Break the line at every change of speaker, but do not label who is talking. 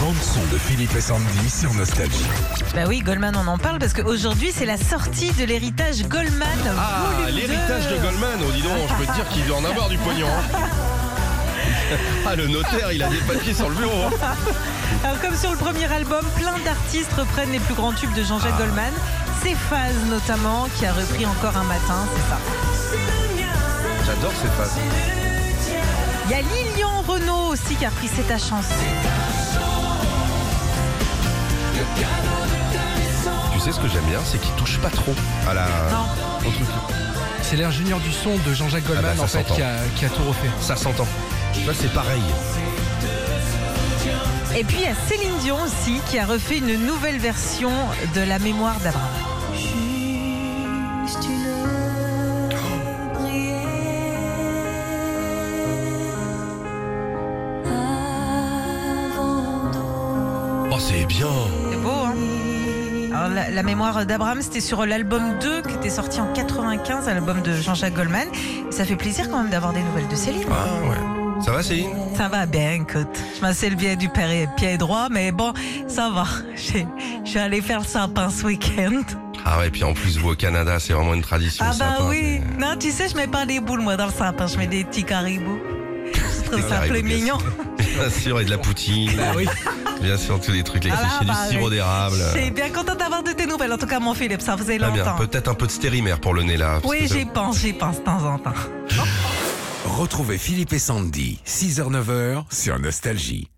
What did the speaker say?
bande son de Philippe et Sandy sur Nostalgie.
Bah oui, Goldman, on en parle parce qu'aujourd'hui, c'est la sortie de l'héritage Goldman.
Ah,
volume
l'héritage de
2.
Goldman, oh, dis donc, je peux te dire qu'il doit en avoir du pognon. hein. Ah, le notaire, il a des papiers sur le bureau. hein.
Alors, comme sur le premier album, plein d'artistes reprennent les plus grands tubes de Jean-Jacques
Ah.
Goldman. C'est Phase notamment, qui a repris encore un matin, c'est ça.
J'adore cette phase.
Il y a Lilian Renault aussi qui a pris C'est ta chance.
Tu sais ce que j'aime bien, c'est qu'il touche pas trop à la.
Non.
au truc.
C'est l'ingénieur du son de Jean-Jacques Goldman
Ah bah, ça
en fait
s'entend.
qui a, qui a tout refait.
Ça s'entend. Là, c'est pareil.
Et puis, il y a Céline Dion aussi qui a refait une nouvelle version de La mémoire d'Abraham.
Juste une prière avant d'eau.
Oh, c'est bien.
C'est beau, hein Alors, la, la mémoire d'Abraham, c'était sur l'album 2 qui était sorti en 95, l'album de Jean-Jacques Goldman. Ça fait plaisir quand même d'avoir des nouvelles de Céline.
Ah, ouais. Ça va, Céline
Ça va bien, écoute. Je m'assieds le biais du pied pied droit, mais bon, ça va. J'ai- Je suis allée faire le sapin ce week-end.
Ah, ouais, puis en plus, vous au Canada, c'est vraiment une tradition.
Ah bah
sympa,
oui. Non, tu sais, je mets pas des boules, moi, dans le sapin. Je mets des petits caribous. Je trouve
Des
ça
caribous,
plus
bien
mignon. Bah
c'est- Bien sûr, et de la poutine. Bien sûr, tous les trucs, les
Ah là,
clichés
bah,
du sirop
oui.
d'érable.
Je suis bien contente d'avoir de tes nouvelles. En tout cas, mon Philippe, ça faisait
Très Ah, bien.
longtemps.
Peut-être un peu de stérimère pour le nez, là. parce
Oui,
que ça-
j'y pense, j'y pense de temps en temps.
Retrouvez Philippe et Sandy, 6h-9h sur Nostalgie.